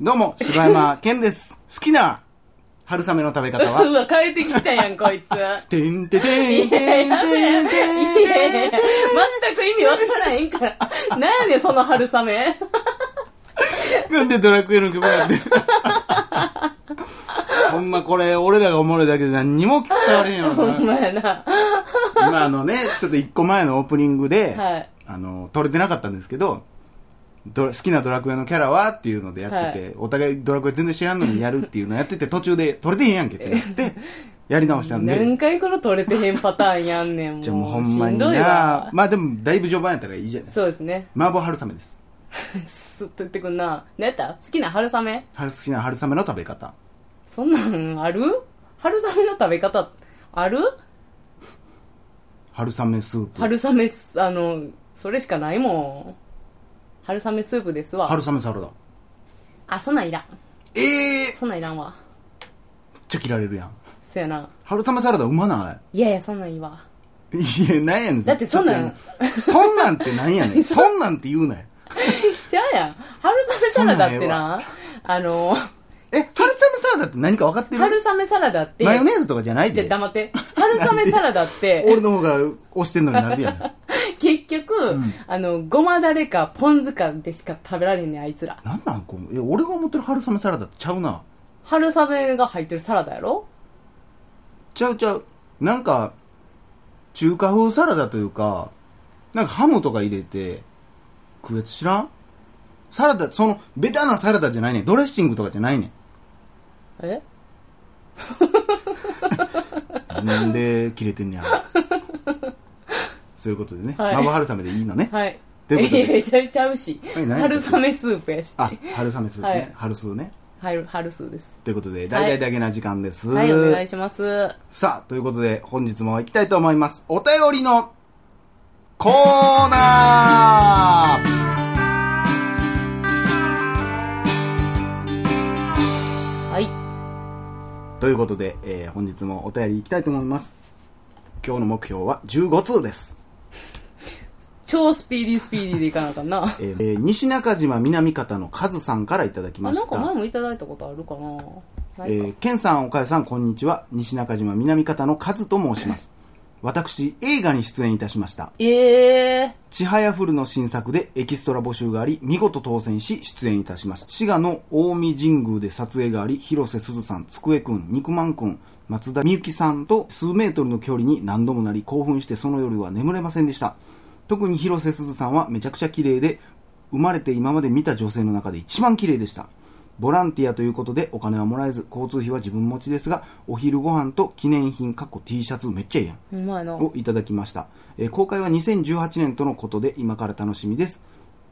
どう も、柴山健です。好きな春雨の食べ方 うは、わ、変えてきたやん、こいつ。いや、てんててんてんてんてんて全ん。く意味わからへんから。なんやねん、その春雨。なんでドラクエの曲やってる ほんまこれ、俺らがおもろいだけで何にも伝われへんやろほな。 んまやな。今あのね、ちょっと一個前のオープニングで、はいあの、撮れてなかったんですけど、ドラ好きなドラクエのキャラはっていうのでやってて、お互いドラクエ全然知らんのにやるっていうのやってて、途中で撮れてへんやんけってなって、やり直したんで何、回この取れてへんパターンやんねん、もう。じゃあもうほんまにしどいなわ。まあでも、だいぶ序盤やったからいいじゃないですか。そうですね。麻婆春雨です。すっと言ってくんな。何やった好きな春雨春好きな春雨の食べ方。そんなんある春雨の食べ方、ある春雨スープ。春雨す、あの、それしかないもん。春雨スープですわ。春雨サラダ。あ、そんなんいらん。ええー、めっそんなんいらんわ。ちゃ切られるやん。そやな。春雨サラダうまないいやいや、そんなんいいわ。いや、なんやねん。だってそんなんちょっとそんなんってなんや ねん。そんなんって言うなよ。ちゃうやん。春雨サラダってそんなな、あの、え、春雨サラダって何か分かってる春雨サラダって、マヨネーズとかじゃないじゃあで。黙って。春雨サラダ って、俺の方が押してんのになんでや ねん。結局、あの、ごまだれかポン酢かでしか食べられへんねん、あいつら。なんなんこの、え、俺が思ってる春雨サラダちゃうな。春雨が入ってるサラダやろちゃうちゃう。なんか、中華風サラダというか、なんかハムとか入れて、食うやつ知らんサラダ、その、ベタなサラダじゃないねん。ドレッシングとかじゃないねん。えなんで切れてんねやろそういうことでね。はいマブ春雨でいいのね。はい。ということでいやいやちゃうちゃうし。え春何やったっけ雨スープやし。あ、春雨スープね。はい春スーね。春、春酢です。ということで、大々だけな時間です。はい、お願いします。さあ、ということで、本日も行きたいと思います。お便りのコーナーはい。ということで、えー本日もお便り行きたいと思います。今日の目標は15通です。超スピーディースピーディーでいかなあかんな。えーえー西中島南方のカズさんからいただきあ、ましなんか前た。もいただいたことあるかななえいか。ー、ケンさん、岡谷さん、こんにちは。西中島南方のカズと申します。私、映画に出演いたしました。ええちはやふるの新作でエキストラ募集があり、見事当選し出演いたしました。滋賀の近江神宮で撮影があり、広瀬すずさん、つくえくん、肉まんくん、松田美由紀さんと数メートルの距離に何度もなり、興奮してその夜は眠れませんでした。特に広瀬すずさんはめちゃくちゃ綺麗で、生まれて今まで見た女性の中で一番綺麗でした。ボランティアということでお金はもらえず、交通費は自分持ちですが、お昼ご飯と記念品、かっこ T シャツめっちゃええやん。ー。うまいな。をいただきました、えー公開は2018年とのことで今から楽しみです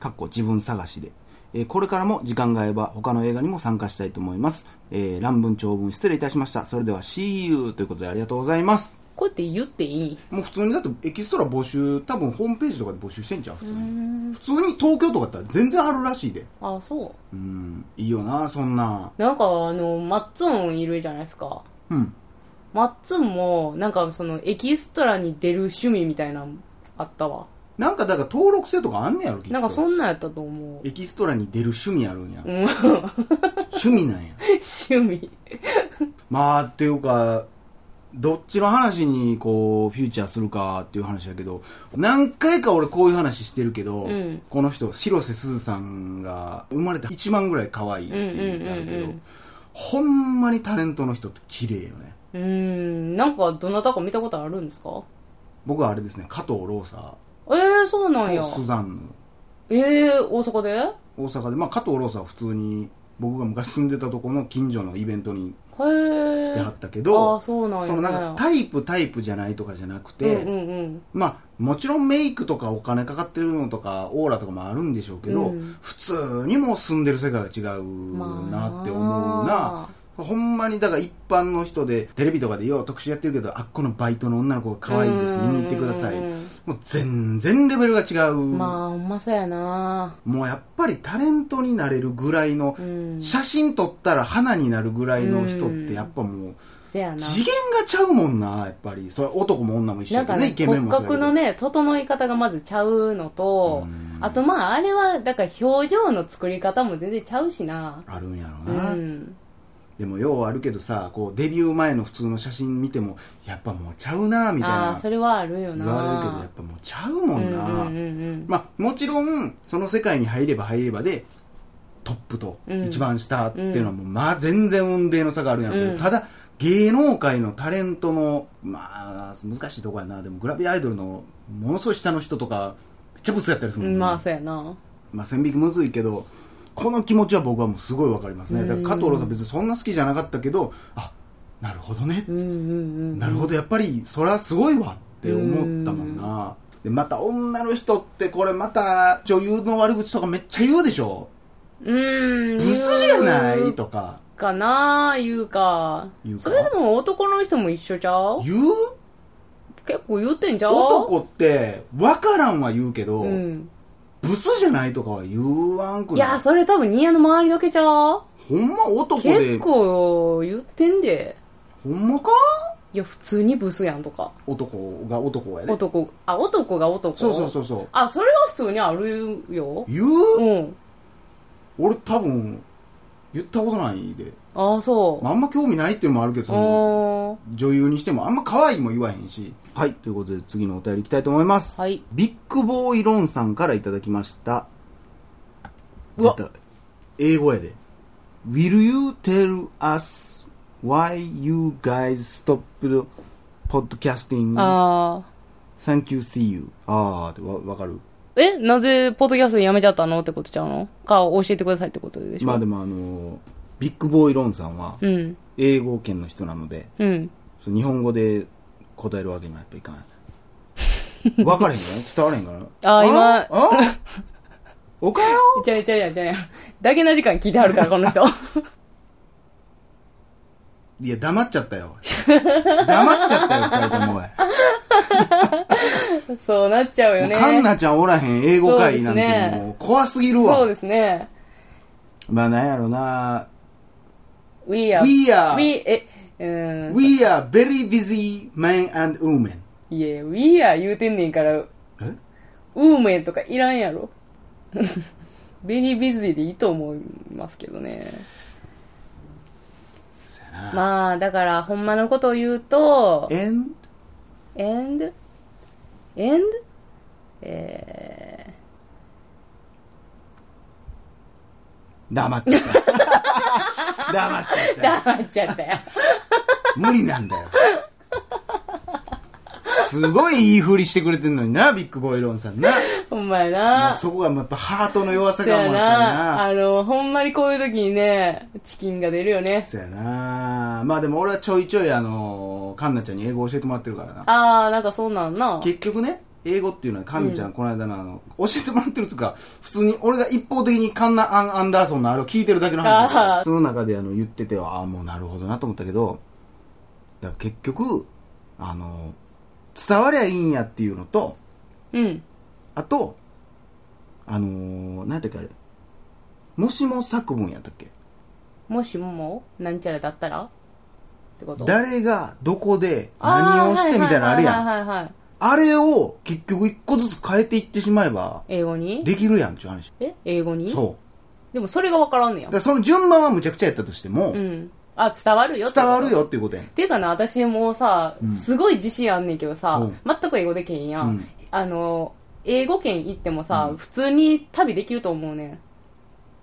かっこ自分探しで、えーこれからも時間が合えば他の映画にも参加したいと思います、えー乱文長文失礼いたしましたそれでは See you ということでありがとうございますこうやって言っていいもう普通にだってエキストラ募集多分ホームページとかで募集してんじゃん普通に普通に東京とかだったら全然あるらしいであ、そう。うんいいよなそんななんかあの、マッツンいるじゃないですか。うんマッツンも、なんかその、エキストラに出る趣味みたいなのあったわ。なんかだから登録制とかあんねやろきっとなんかそんなんやったと思う。エキストラに出る趣味あるんや、趣味なんや趣味。まあっていうかどっちの話にこうフューチャーするかっていう話だけど何回か俺こういう話してるけど、うんこの人広瀬すずさんが生まれた一番ぐらい可愛いって言ってあるけど、うんうんうんうんほんまにタレントの人って綺麗よねうーん、なんかどなたか見たことあるんですか僕はあれですね加藤ローサええー、そうなんやと。スザンええー、大阪でヌ大阪で、まあ、加藤ローサは普通に僕が昔住んでたとこの近所のイベントにへえ。来てはったけあど、あ、そうなんや、ね。そのなんかタイプタイプじゃないとかじゃなくて、うんうんうん。まあもちろんメイクとかお金かかってるのとかオーラとかもあるんでしょうけど、うん普通にもう住んでる世界が違うなって思うな、まほんまにだから一般の人でテレビとかでよう特集やってるけどあっこのバイトの女の子が可愛いです見に行ってくださいうんうんもうんう全然レベルが違う、まあ、ほんまそうやな。もうやっぱりタレントになれるぐらいのうん。写真撮ったら花になるぐらいの人ってやっぱもうせやな。次元がちゃうもんな、やっぱり。それ男も女も一緒なやんけどかね、ね、イケメン骨もそうやけ格どのね、整い方がまずちゃうのとうん、あとまあ、あれは、だから表情の作り方も全然ちゃうしな。あるんやろうな、ん。でもようあるけどさこうデビュー前の普通の写真見てもやっぱもうちゃうなみたいああなー、それはあるよな。言われるけどやっぱもうちゃうもんな、うんうんうんまあもちろんその世界に入れば入ればでトップとうん一番下っていうのはもう、まあ全然運命の差があるんやろうけど、うんただ芸能界のタレントのまあ難しいとこやなでもグラビアアイドルのものすごい下の人とかめっちゃブスやったりすうるもん。うんんねまあ、そうやな。まあ、線引きむずいけどこの気持ちは僕はもうすごいわかりますねだから加藤ローさん別にそんな好きじゃなかったけどあなるほどね、うんうんなるほどやっぱりそりゃすごいわって思ったもんな、でまた女の人ってこれまた女優の悪口とかめっちゃ言うでしょうん。うん。ブスじゃな言いうとかかな言うか。言うかそれでも男の人も一緒ちゃう言う結構言ってんじゃう男って分からんは言うけど、うん。ブスじゃないとかは言わんくないいや、それ多分ニヤの周りだけちゃうほんま男で結構言ってんで。ほんまかいや、普通にブスやんとか。男が男やね男、あ、男が男。そうそうそうそうあ、それは普通にあるよ。言ううん。俺多分言ったことないで、あ、そまあ、あんま興味ないっていうのもあるけどう。そのあ女優にしてもあんま可愛いも言わへんしはいということで次のお便りいきたいと思います、ーはい。ビッグボーイロンさんからいただきましたうわ出た英語やで Will you tell us why you guys stopped podcasting? ああ。 Thank you, see you. ああ、わわかる。えなぜ、ポッドキャストやめちゃったのってことちゃうのか、教えてくださいってことでしょまあでもあの、ビッグボーイロンさんはうん。英語圏の人なので、うん。そう日本語で答えるわけにもやっぱいか ない。分からへんかな伝わらへんかなあー今ああおかよちゃいちゃいやちゃいや。だけな時間聞いてはるから、この 人。いや、黙っちゃったよ。黙っちゃったよ、二人と も。おいそうなっちゃうよもうね。カンナちゃんおらへん英語会なんそうですてねもう怖すぎるそうわ。ですね。まあなんやろな。 We are. We are- We, え、うん。 We are very busy men and women. いや、We are 言うてんねんから、えウーメンとかいらんやろ。 ベリービズでいいと思いますけどね。まあ、だから、ほんまのことを言うと、 And and, and, え黙っちゃ った。黙っちゃっー、たよ。黙っちゃった よ。無理なんだよ。すごいいいふりしてくれてんのにな、ビッグボーイロンさんな。ほんまやもうな。そこがやっぱハートの弱さそうがもやうやっな。あの、ほんまにこういう時にね、チキンが出るよね。ぱりな。そうやな。まあでも俺はちょいちょいあの、カンナちゃんに英語教えてもらってるからな。あー、なんかそうなんな。結局ね、英語っていうのはカンナちゃん、この間のあの、教えてもらってるというか、普通に俺が一方的にカンナ・アン・アンダーソンのあれを聞いてるだけの話だからあーその中であの言ってて、ああ、もうなるほどなと思ったけど、だから結局、あの、伝わりゃいいんやっていうのと、うん。あと、あのー、何やったっけあれ。もしも作文やったっけもしも、なんちゃらだったらってこと誰がどこであ何ーをしてみたいなのあるやん。はいはいはいはいはい。あれを結局一個ずつ変えていってしまえば、英語にできるやんっていう話。え英語にそでもそれが分からんう。ねだやか。らその順番はむちゃくちゃやったとしても、うん。あ、伝わるよって伝わる。よっていうことやん。っていうかな、私もさう、んすごい自信あんねんけどさ、うん全く英語できへんやん。うんあの、英語圏行ってもさ、普通に旅できると思うね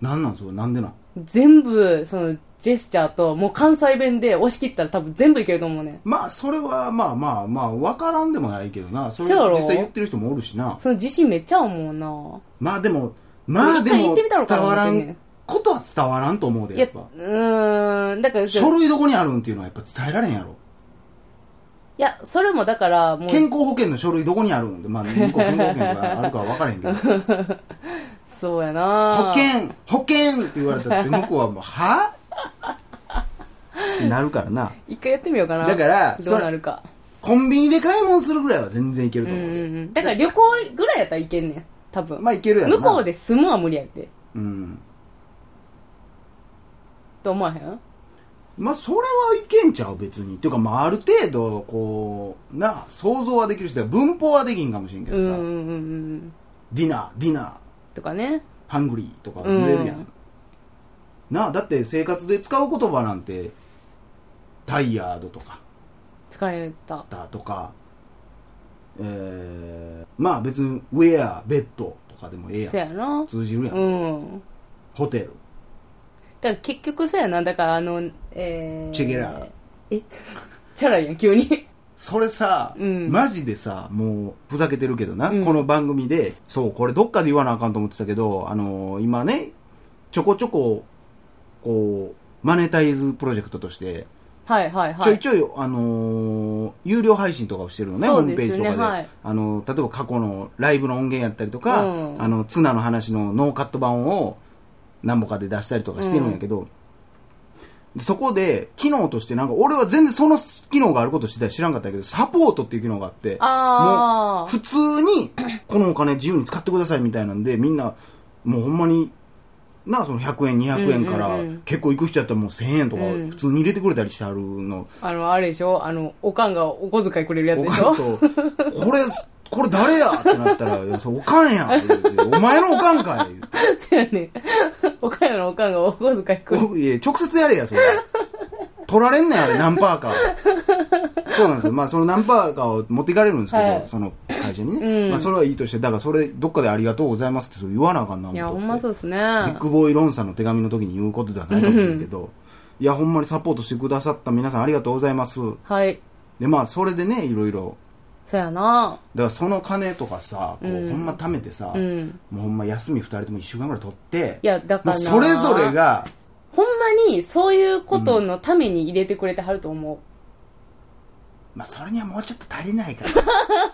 なんなんそれなんでなんん。全部、その、ジェスチャーと、もう関西弁で押し切ったら多分全部いけると思うねん。まあ、それはまあまあまあ、わからんでもないけどな。それそうやろ実際言ってる人もおるしな。その自信めっちゃ思うな。まあでも、まあで一回言も、ってみた伝ろかなわら思ってんねんんことは伝わらんと思うで、いやや、っうぱ。ーん、だから、書い類どこにあるんっていうのはやっぱ伝えられんやろ。や、それもだから、もう、健康保険の書類どこにあるんで、まあ、向こう健康保険があるかは分からへん けど、保そうやな険、保険って言われたって、向こうはもう、はってなるからな。一回やってみようかな。だからどうなるか。コンビニで買い物するぐらいは全然いけるうとんう思う。んうん。だから旅行ぐらいやったらいけんねん。多分。まあ、いけるやろ向な。こう。で住むは無理やって。うん。と思わへんまあ、それはいけんちゃう、別に。っていうか、まあ、ある程度、こう、なあ、想像はできるし、文法はできんかもしれんけうどんさ、うんうんうんディナー、ディナー、とかねハングリーとか言えるやん。うんなあ、だって生活で使う言葉なんて、タイヤードとか、疲れただとか、えー、まあ別に、ウェア、ベッドとかでもええやそん。やな通じるやん。うんホテル。だから結局そうやなだからあのえー、チェゲラえチャラいやん急にそれさ、うんマジでさ、もう、ふざけてるけどな、うんこの番組で、そう、これどっかで言わなあかんと思ってたけど、あのー今ね、ちょこちょこ、こう、マネタイズプロジェクトとして、はいはいはちょいいちょい、あのー有料配信とかをしてるのね、ホそーうムですペーよジねとかで。はいあのー例えば過去のライブの音源やったりとか、うんあの、ツナの話のノーカット版を何本かで出したりとかしてるんやけど、でそこで、機能としてなんか、俺は全然その機能があること自体知らんかったけど、サポートっていう機能があって、あ普通に、このお金自由に使ってくださいみたいなんで、みんな、もうほんまに、なあ、その100円、200円から、うんうんうん結構行く人やったらもう1000円とか、うん普通に入れてくれたりしてあるの、ああのあれでしょあのおかんがお小遣いくれるやつおでしかょ んと、これ、これ誰やってなったら、いや、そうおかんやんって言ってお前のおかんかい言ってそうやねおかんやのおかんがお小遣いくれるおいや、直接やれや、それ。取られんねん、あれ、何パーか。そうなんですよ。まあ、その何パーかを持っていかれるんですけど、はいその会社にね。うんまあ、それはいいとして、だからそれ、どっかでありがとうございますってそう言わなあかんな、いやほ思っんてまそうですねビッグボーイロンさんの手紙の時に言うことではないかもしれんけど、いや、ほんまにサポートしてくださった皆さんありがとうございます。はいで、まあ、それでね、いろいろ。そうやなだから、その金とかさ、こう、うんほんま貯めてさ、うんもうほんま休み二人とも一週間ぐらい取って、いやだもかうらなそれぞれが、ほんまにそういうことのために入れてくれてはると思う、まあ、それにはもうちょっと足りない か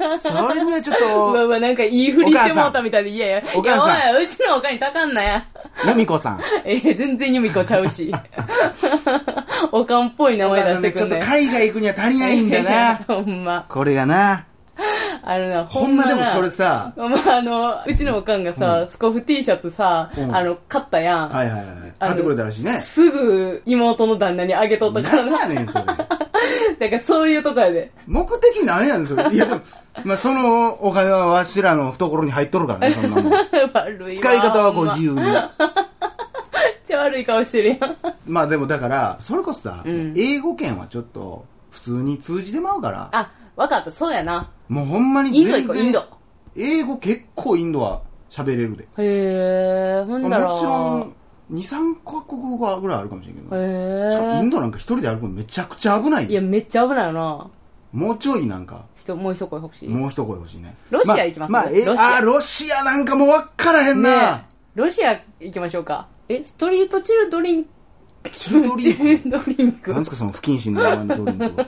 ら。それにはちょっうわと、 うわ、なんかいいふりしてもうたみたいで、いやいや、いや、おお母さんい、うちのおかんにたかんなや。 ナミコさん。えー、全然ユミコちゃうし。 おかんっぽい名お前母出さしんね、てちくょっんねと。海外行くには足りないんだな。ほんま。これがな。あるな、ほんまでもなそれ。さ、ほんまあの、うちのおかんがさ、スコフ T シャツさ、うんあの、買ったやん。はいはいはい。あの買ってくれたらしいね。すぐ妹の旦那にあげとったからな。何やねん、それ。 だからそういうとこやで。 目的なんやねん、それ。いや、でも、まあ、そのお金はわしらの懐に入っとる からね、そんなもん。悪いわ使い方はごほん自ま由に。めっちゃ悪い顔してるやん。まあでもだから、それこそさ、うん英語圏はちょっと、普通に通じてまうから、 あ、わかった、そうやな。もうほんまにインド全行こう、イン然ド。、英語結構インドは喋れるで。へえ、ほんもだら。ちろん、2、3カ国語ぐらいあるかもしれんけど、しかもイへンドなんか一人で歩くのめちゃくちゃ危ないえ。いや、よ。めっちゃ危ないよな。もうちょいなんか、人、もう一声欲しい。ねもう一声欲しいね。ロシア行きますまあ、えロシアあ、ロシアなんかもうわっからへんな。えロシア行きましょうか。え、ストリートチルドリンク。チルドリンクチルドリンク なんですかその不謹慎な名前のドリンクは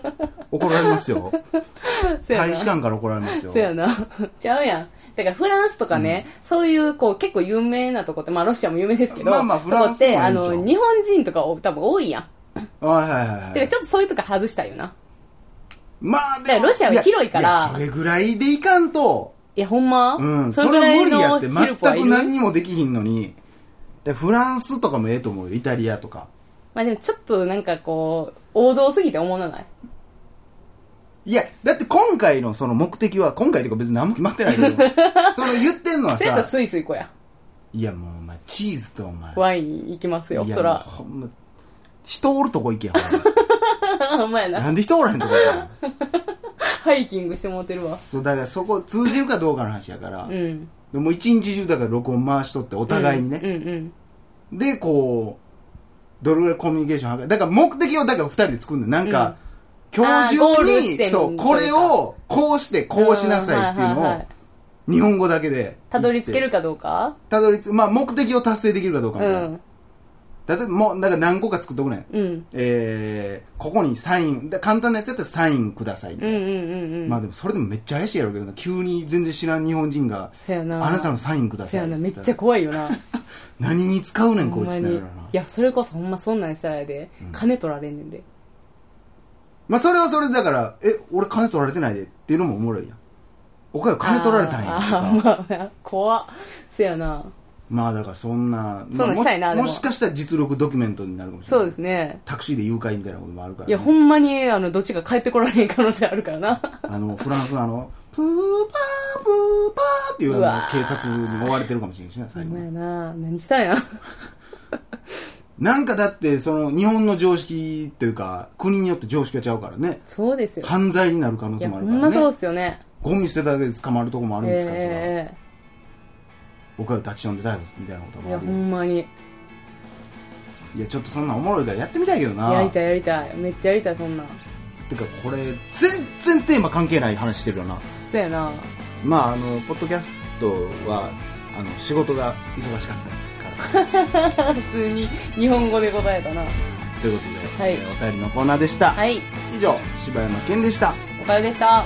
怒られますよ そうや大な使館から怒られますよそうやな。 ちゃうやん。だからフランスとかね、そういう、こう、結構有名なとこって、まあロシアも有名ですけど、まあまあフランスもとこって、あいいんちゃの、う日本人とか多分多いやん。はいはいはいだはからいちょっとそういうとこ外したいよな。まあだからロシアは広いからややそれぐらいでいかんといや、ほんまうんそれれぐらはい無理やのってヘルプはい全くる何にもできひんのにでフランスとかもええと思うよイタリアとかまあでもちょっとなんかこう、王道すぎて思わない。いやだって今回のその目的は今回というか別に何も決まってない けどその言ってんのはそうやったらさスイス行こうや。いやもうお前チーズとお前ワイン行きますよ、いやそら もう。ほんま人おるとこ行けよほんまや な。なんで人おらへんとこ行けよハイキングしてもうてるわ。そうだからそこ通じるかどうかの話やから、うん。でもう一日中だから録音回しとってお互いにうね、んうん。でこうどれぐらいコミュニケーション図るだから目的をだから二人で作るのなんか、今日あーゴー中ル地に点そうこれをこうしてこうしなさいっていうははのはを日本語だけでたどり着けるるかどうかたどりつまあ目的を達成できるかどうかうみたいな、ん。だってもうだから何個か作っとくねんうん。えー、ここにサインだ簡単なやつやったらサインくださいみたういんな、うんうんうん。まあでもそれでもめっちゃ怪しいやろうけどな急に全然知らん日本人がそやな。あなたのサインくだそさいやな、めっちゃ怖いよな。何に使うねんほこんいつまってなに。るいよなや、それこそほんまそんなんしたらやで、金取られんねんで。まあそれはそれでだからえ俺金取られてないでっていうのもおもろいやんおかよ金取られたんやあとーあかー、まあ、怖っ。そやな。まあだからそんな、そんまあなんもしたいなでももしかしたら実力ドキュメントになるかもしれない。そうですね。タクシーで誘拐みたいなこともあるから、いや、ほんまに、あの、どっちか帰ってこられへん可能性あるか らな。あの、フランスのあの、プーパープーパーっていうあのうわー警察に追われてるかもしれないしな、ほ最ん後ま。やな。 何したんや。なんかだって、その、日本の常識というか、国によって常識がちゃうからね。そうですよ。犯罪になる可能い性や、もあほるからんね。まそうっすよね。ゴミ捨てただけで捕まるとこもあるんですから、それはえおかゆ立ち呼んで逮捕みたいなことえいもあや、るほんまに。いやちょっとそんなんおもろいからやってみたいけどなやりたいやりたい。めっちゃやりたい、そんなん。てかこれ全然テーマ関係ない話してるよなそうやな。 まああのポッドキャストはあの仕事が忙しか ったから普通に日本語で答えたな。ということで、はいえーお便りのコーナーでした、はい。以上柴山健でしたおかよでした。